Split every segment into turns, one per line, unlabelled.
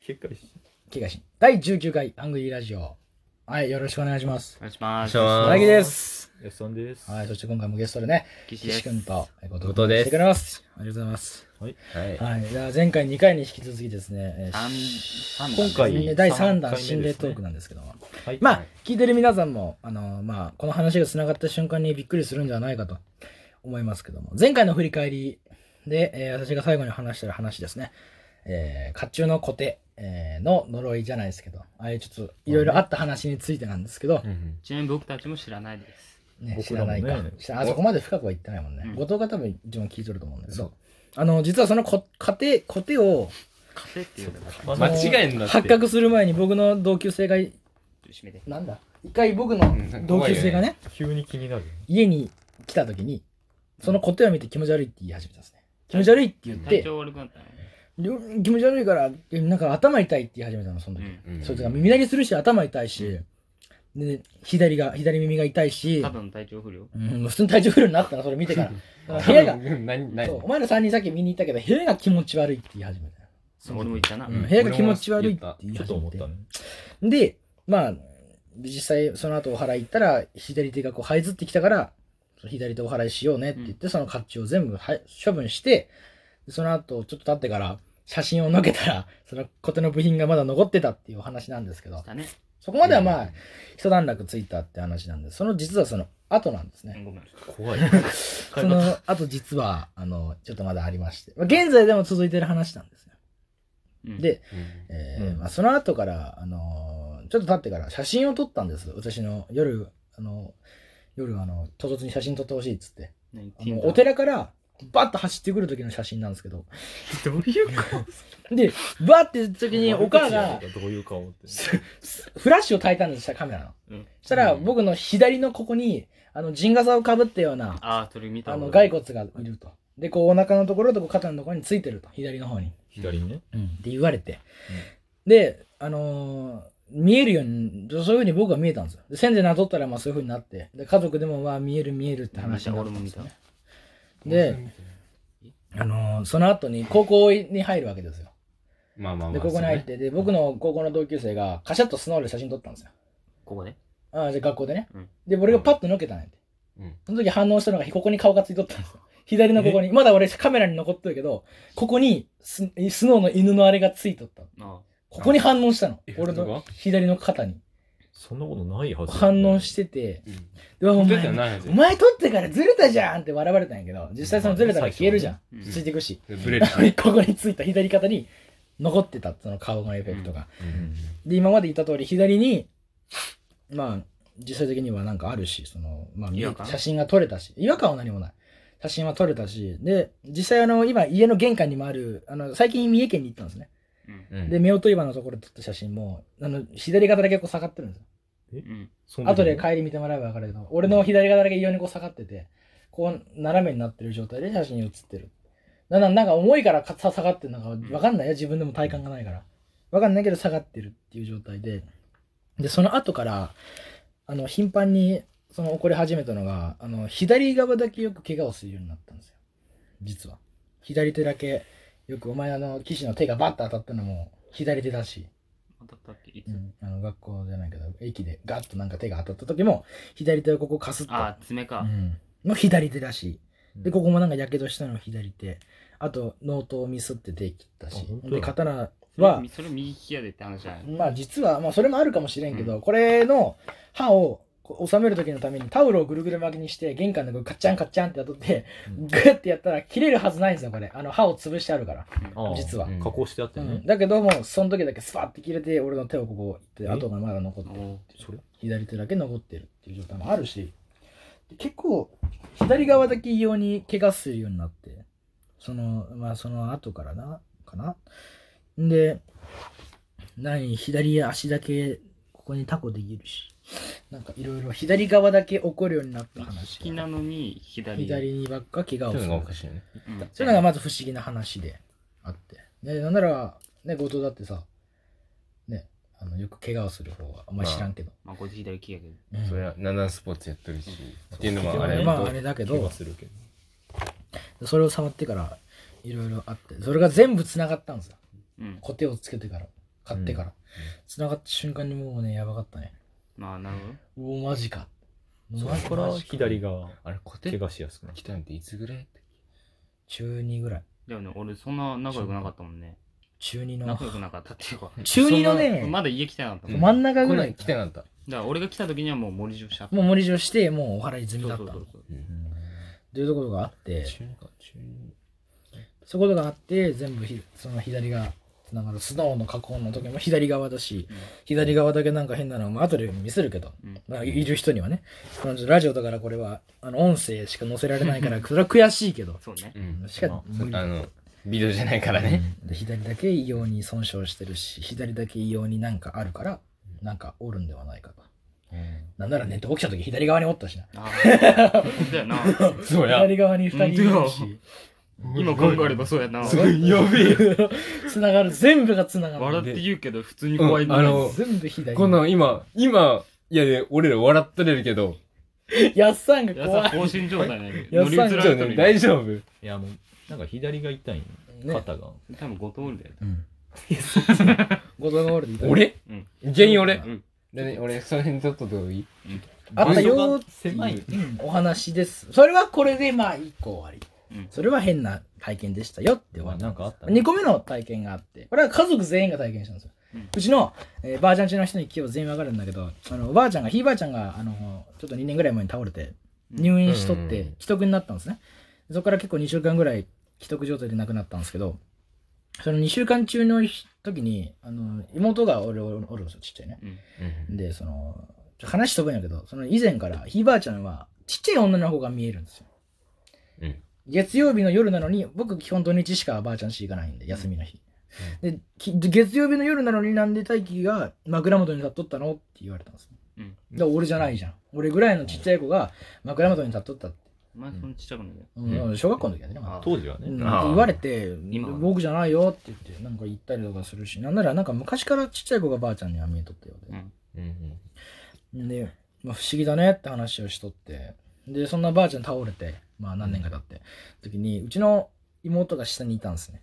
結果一緒。
怪我しん第19回アングリーラジオはいよろしくお願いします
お願いします。
お願いしま
荒木です
やすさんです。
はいそして今回もゲストでね
岸で
岸
す。
君と後
後藤です
来てくれますありがとうございます
はい。
はいじゃあ前回2回に引き続きですねえー
三三
今回
新年第3
三
弾
回目
心霊
です
ト
ね
ークなんですけども
はい
まあ、聞いてる皆さんも、あのまあ、この話が繋がった瞬間にびっくりするんじゃないかと思いますけども、前回の振り返りで、えー私が最後に話してる話ですね、えー、甲冑のコテ、えーの呪いじゃないですけど、ああいうちょっといろいろあった話についてなんですけど、
ちなみに僕たちも知らないです。
ね、知
僕
ら
らも
な
ね
いか、知らあそこまで深くは言ってないもんね、
うん
後藤が多分一番聞いとると思うんだけ
そ
ど
う、
あの実はそのこコテコテを
カフェっていうのが
まあ
間違えんなって。
発覚する前に僕の同級生が
閉めて。
なんだ一回僕の同級生がね
急に気になるよね。
家に来た時にそのコテを見て気持ち悪いって言い始めたんですね気持ち悪いって言っ
体
て、
調悪くなったの。
りょ気持ち悪いからなんか頭痛いって言い始めたのその
う
時、
ん。
うん。
そいつが耳鳴りするし頭痛いし、で左が左耳が痛いし
多、分体調不良。
うん、普通に体調不良になったのそれ見てから だから
多
部屋が
分うん何何
そうお前ら3人さっき見に行ったけど部屋が気持ち悪いって言い始めたよ
俺も言ったな。
う
うんん
部屋が気持ち悪いって言い
ちょっ
始
と思
め
ってたね。
でまあ実際その後お祓い行ったら左手がこう這いずってきたからその左手お祓いしようねって言って、その甲冑を全部はい処分してでその後ちょっと経ってから写真をのけたらそのコテの部品がまだ残ってたっていうお話なんですけど
したね。
そこまではまあ一段落ついたって話なんでその実はその後なんです
う
ね
んごめん。
怖い。
その後実はあのちょっとまだありましてまあ現在でも続いてる話なんですよ
うん
で、
うん
えー
うん
まあ、その後から、あのーちょっと経ってから写真を撮ったんです私の夜、あの夜あの唐突に写真撮ってほしいっつって
何
あ
ティン
の
ダー
お寺からバッと走ってくる時の写真なんですけど
どういうこ
でバッて時にお母が
どういう顔って。
すフラッシュを焚いたんですよカメラの
と？うん。
そしたら
うん
僕の左のここにあの陣笠をかぶったような
ああそれ見た。
あの骸。骨がいるとでこうお腹のところとこう肩のところについてると左の方に
左ね。
って言われて、で、あのー見えるように、そういうふうに僕は見えたんですよ。で先生なぞったらまあそういうふうになって、で家族でもまあ見える見えるって話になったんですよね、で、あのーその後に高校に入るわけですよ。
まあまあまあ。
で、高校に入っ
そうね
て、で、僕の高校の同級生がカシャッとスノーで写真撮ったんですよ。
ここで。
ああ、じゃあ学校でね
うん。
で、俺がパッと抜けたんやて。
うん
その時反応したのが、ここに顔がついとったんですよ。左のここに、まだ俺カメラに残っとるけど、ここにススノーの犬のあれがついとった。
あ
ここに反応したの
え。
俺
ど
の
こ
左の肩に。
そんなことないはず。
反応してて、
うん
うわ、お
撮ってた
前
ら、ないはず
お前取ってからずれたじゃんって笑われたんやけど、実際そのずれたから消えるじゃん。
うん
ついてくし。。
でブレる
ここについた左肩に残ってた、その顔のエフェクトが。
うん。
で、今まで言った通り、左に、まあ、実際的にはなんかあるし、その、まあ、見え
違和感
写真が撮れたし、違和感は何もない。写真は撮れたし、で、実際あの、今家の玄関にもある、あの、最近三重県に行ったんですね。
うん
うん
で、、夫婦岩のところで撮った写真も、あの、左肩だけこう下がってるんですよ。
うん。
その時
後で帰り見てもらえば分かるけど、俺の左側だけ異様にこう下がってて、こう斜めになってる状態で写真に写ってる。なななんか重いからかさ下がってるのか分かんないよ、自分でも体感がないから。分かんないけど下がってるっていう状態で。で、その後から、あの、頻繁に、その、起こり始めたのが、あの、左側だけよく怪我をするようになったんですよ。実は。左手だけ、よくお前あの、騎士の手がバッと当たったのも、左手だし。
当たったっけ？いつ
う？ん、あの学校じゃないけど駅でガッとなんか手が当たった時も左手をここかすった
ああ爪
う
か。
ん、の左手だしでここもなんかやけどしたの左手あとノートをミスって手切った
あ
し
本当だ
で刀
それ
は
それ右利きやでって話じゃない。
まあ実は、まあ、それもあるかもしれんけど、これの刃をこう収める時のためにタオルをぐるぐる巻きにして玄関でこうカッチャンカッチャンってやっとって
うん
グッてやったら切れるはずないんですよこれあの刃を潰してあるから、
ああ
実は
うん加工してあって
うん
ね。
だけどもその時だけスパッて切れて俺の手をここって跡がまだ残ってる
おう
それ
左手だけ残ってるっていう状態もあるしで結構左側だけ異様に怪我するようになってそのまあその後からなかなんで何左足だけここにタコできるしなんかいろいろ左側だけ起こるようになった
右利
話
きなのに左。
左にばっか怪我
そ
を
ういう
す
の
る
がおかしいよね。
うん。
そういうのがまず不思議な話であって。ね、なんなら、ね、後藤だってさ、ね、あのよく怪我をする方は、あんまり知らんけど。
まあこいつ左利きやけど。
うん
それは、ナナンスポーツやってるし。っていうの
ま
も
あ
あれ。
まああれだけ
怪
ど
我、するけど。
それを触ってからいろいろあって、それが全部繋がったんですよ。
うん。
コテをつけてから。買ってから、
うん
繋がった瞬間にもうねやばかったね
まあ、なる
う
ほ
おマジか
そ
マジ
こから左が
あれ、コテ
怪
が
我しやすくなっ
来たのっていつぐらい
中2ぐらい
ど。でもね、俺そんな仲良くなかったもんね。
中2の
仲良くなかったっていうか。
中二のね
まだ家来てなかったもん。
うん
だ
真ん中ぐらい
来てなかった。
から俺が来た時にはもう森上しちゃった。
もう森上してもうお払い済み
そ
だ
う
った
そう
のっ
そうそう。
た、
ていうところがあって
中二か、中二。
そういうことがあって全部ひその左がつながるスノーの加工の時も左側だし、
うん
左側だけなんか変なのも後で見せるけど、
うん
まあいる人にはねあのラジオだからこれはあの音声しか載せられない からそれは悔しいけど
そうね。
うん。
しか
まあ
無理
あの、ビデオじゃないからね。
で左だけ異様に損傷してるし左だけ異様になんかあるからなんかおるんではないかと
うん
なんならネット起きた時左側におったしな
ああ。そうだよな。
そうや。
左側に2人いる
本
し
今考えればそうやな。
すごい、やべえ。
つながる全部がつなが
笑っ
る
て言うけど、普通に怖い
うんあの
全部左
こんなん今、今、いやいや、俺ら笑っとれるけど、
やっさんが
や
怖
さ、
い
放心状態ね。
や
乗
っ
り移
さ
ら
ん
れ
じゃあ
たの
ね、
に。
大丈夫。
いやもうなんか左が痛いんよ
ね
肩が、
多分後藤だよ。
うんゴトゴールでいた
俺
うん
原因俺
うん。
で俺、その辺ちょっとどういい
あったよーって
狭い
いううんお話ですそれはこれでまあ1個終わり
うん
それは変な体験でしたよって終わり
なんかあった
2個目の体験があってこれは家族全員が体験したんですよ、う
うん
ちの、えーばあちゃん家の人に聞けば全員わかるんだけどあのおばあちゃんがひいばあちゃんがあのちょっと2年ぐらい前に倒れて入院しとっ
うんうんう
て
ん
既得になったんですねそこから結構2週間ぐらい既得状態で亡くなったんですけどその2週間中の時にあの妹がおるおるおるんですよちっちゃいね
うん。
でそのちょ話飛ぶんやけどその以前からひいばあちゃんはちっちゃい女の方が見えるんですよ
うん
月曜日の夜なのに僕基本土日しかばあちゃん家行かないんで休みの日、でき月曜日の夜なのになんで大輝が枕元に立っとったのって言われたんです、
うん
だから俺じゃないじゃん俺ぐらいのちっちゃい子が枕元に立っとったって、
お前そんなちっちゃくないよ。
うん
う
小学校の時だね、まあ
あ
当時はね、
うん
あー
言われて
今はね
僕じゃないよって言ってなんか言ったりとかするしなんならなんか昔からちっちゃい子がばあちゃんには見えとったようで、
うん。
うん
で、まあ、不思議だねって話をしとってでそんなばあちゃん倒れてまあ何年か経って時にうちの妹が下にいたんですね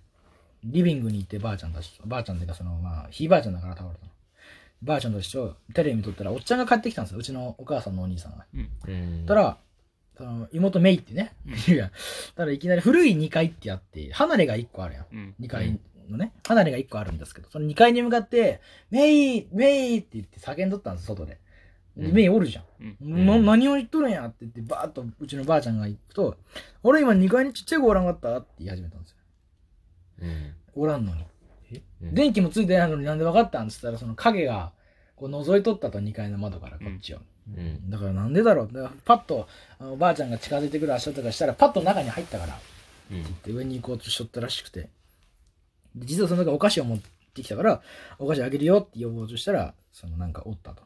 リビングに行ってばあちゃんたちとばあちゃんっていうかそのまあひいばあちゃんだから倒れたのばあちゃんたちとテレビ見とったらおっちゃんが帰ってきたんですようちのお母さんのお兄さんが
うん。
たらその妹メイってね、
う
いやただいきなり古い2階ってやって離れが1個あるやん
うん。
2階のね、離れが1個あるんですけど、その2階に向かって、メイメイって言って叫んどったんです、外で。で
うん
メイおるじゃん。
うん。
ん
な何を言っとるんやって言って、バーッとうちのばあちゃんが行くと、俺今2階にちっちゃい子おらんかったって言い始めたんですよ。
うん。
おらんのに。
うん
電気もついてないのになんで分かったんっつったら、その影がこう覗いとったと2階の窓からこっちを。
うん。
だからなんでだろうだからパッとあのばあちゃんが近づいてくる足音がしたらパッと中に入ったから
うん。
で上に行こうとしとったらしくてで実はその時お菓子を持ってきたからお菓子あげるよって呼ぼうとしたらそのなんかおったと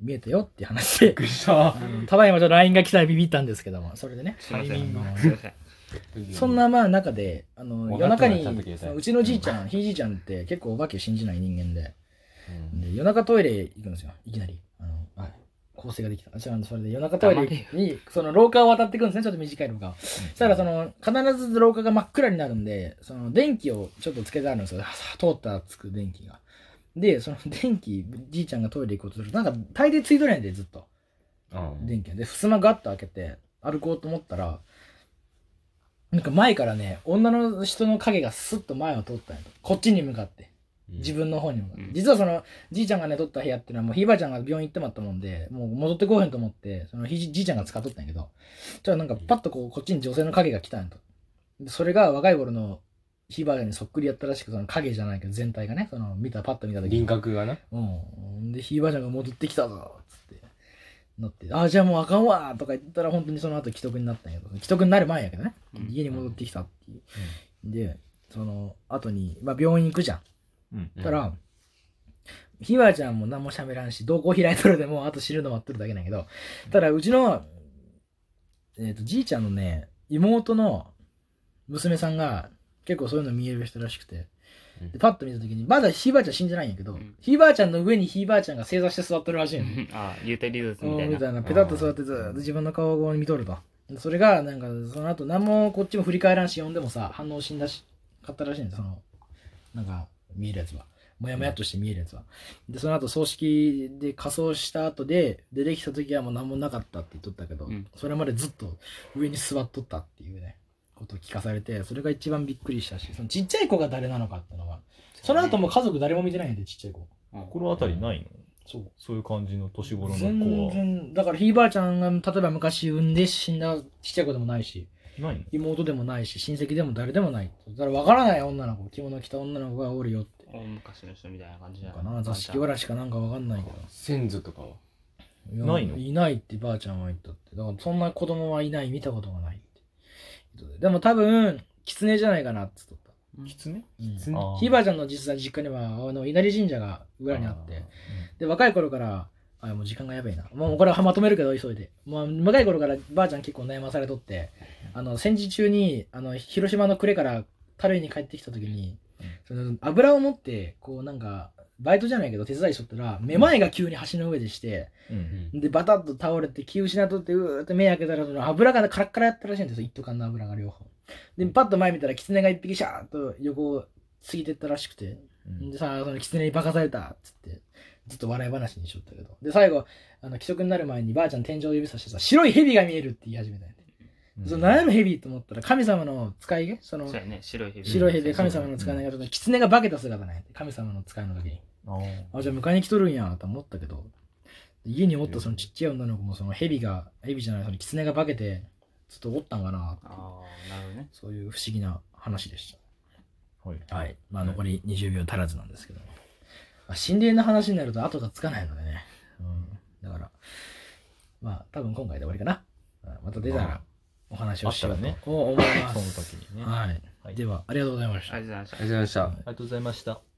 見えたよって話で
くし
あ。
た
のただいまちょっと LINE が来たらビビったんですけどもそれでね
すいません
タイミング
すいません。
そんなまあ中であの
分
夜
かっと
中
る
に
ちゃんと携
そ
帯
のうちのじいちゃんひいじいちゃんって結構お化け信じない人間で
うん。
で夜中トイレ行くんですよいきなりあの構成ができた違うそれで夜中トイレにその廊下を渡ってくるんですねちょっと短い廊下をそしたらその必ず廊下が真っ暗になるんでその電気をちょっとつけてあるんですよ通ったらつく電気がでその電気じいちゃんがトイレ行こうとするとなんか大抵ついとるんやでずっと
うん
電気がで襖ガッと開けて歩こうと思ったらなんか前からね女の人の影がスッと前を通ったんやとこっちに向かって自分の方にも、
うん
実はそのじいちゃんがね取った部屋っていうのはもうひいばあちゃんが病院行ってまったもんでもう戻ってこうへんと思ってそのひじじいちゃんが使っとったんやけどじゃあなんかパッとこうこっちに女性の影が来たんやとでそれが若い頃のひいばあちゃんにそっくりやったらしくその影じゃないけど全体がねその見たパッと見た時
輪郭がな。
うん、でひいばあちゃんが戻ってきたぞっつってなって「あじゃあもうあかんわ」とか言ったら本当にその後既得になったんやけど既得になる前やけどね
うん
家に戻ってきたっていう、でその後に、まあ、病院行くじゃんたら、ひばあちゃんも何も喋らんし、瞳孔開いとるでもうあと知るの待っとるだけなんやけど、ただうちの、えっ、と、じいちゃんのね、妹の娘さんが結構そういうの見える人らしくて、でパッと見た時に、まだひばあちゃん死んじゃないんやけど、
うん
ひばあちゃんの上にひばあちゃんが正座して座っとるらしいの。
あ、幽体離脱
うん
みたい
みた
な。
いな、ペタッと座ってずっと自分の顔を見とると。それが、なんか、その後、何もこっちも振り返らんし、呼んでもさ、反応しんだし、買ったらしいんだ、その、なんか、見えるやつは。もやもやっとして見えるやつは。で、その後葬式で仮装した後で、出てきた時はもう何もなかったって言っとったけど、
うん
それまでずっと上に座っとったっていうね、ことを聞かされて、それが一番びっくりしたし、そのちっちゃい子が誰なのかってのは、その後もう家族誰も見てないんで、ちっちゃい子。
うん
心当たりないの
そう。
そういう感じの年頃の子
全
は
然、だからひいばあちゃんが例えば昔産んで死んだちっちゃい子でもないし、
ないの
妹でもないし、親戚でも誰でもない。だから分からない女の子、着物着た女の子がおるよって。
大昔の人みたいな感じじゃ
かな座敷わらしかなんか分かんないけど。
先祖とかは。
や
ないの
いないってばあちゃんは言ったって。だからそんな子供はいない、見たことがないってことで。でも多分、狐じゃないかなって言っとっ
狐
た。
狐
あー
ひいばあちゃんの実は実家には、あの稲荷神社が裏にあって、
う
で、若い頃から、あ、もう時間がやべえな。もうこれはまとめるけど、急いで。もう若い頃からばあちゃん結構悩まされとって、あの、戦時中に、あの、広島の呉から樽井に帰ってきた時に、その油を持って、こうなんか、バイトじゃないけど手伝いしとったら、めまいが急に橋の上でして、
んうん
で、バタッと倒れて、気失っとって、うーって目開けたら、その油がカラッカラやったらしいんですよ、一斗缶の油が両方。で、パッと前見たら、狐が一匹シャーッと横を過ぎてったらしくて、
うん
でさ、その狐に化かされたっつって、ずっと笑い話にしとったけど。で、最後、あの、規則になる前にばあちゃん天井を指さしてさ、白い蛇が見えるって言い始めたんやて。
うん
その何やろ蛇と思ったら、神様の使い毛その
そう、やね、白い蛇。
白い蛇で神様の使いの方で、狐が化けた姿なんやて。神様の使いの時に。
あー
あ、じゃあ迎えに来とるんやと思ったけど、家におったそのちっちゃい女の子もその蛇が、蛇じゃない、その狐が化けて、ちょっとおったんかなっていう
ああ、なるほどね。
そういう不思議な話でした。
はい
はい。まあ残り20秒足らずなんですけども。まあ、心霊の話になると後がつかないのでね。うん。だから、まあ多分今回で終わりかな。うんまた出た
ま
ら
あ
お話をしよう
あったらね
と思いま
その
す。
時にねあ
はい。
はい
では、ありがとうございました
あ。りがとうございました
ありがとうございました。
りがとうございました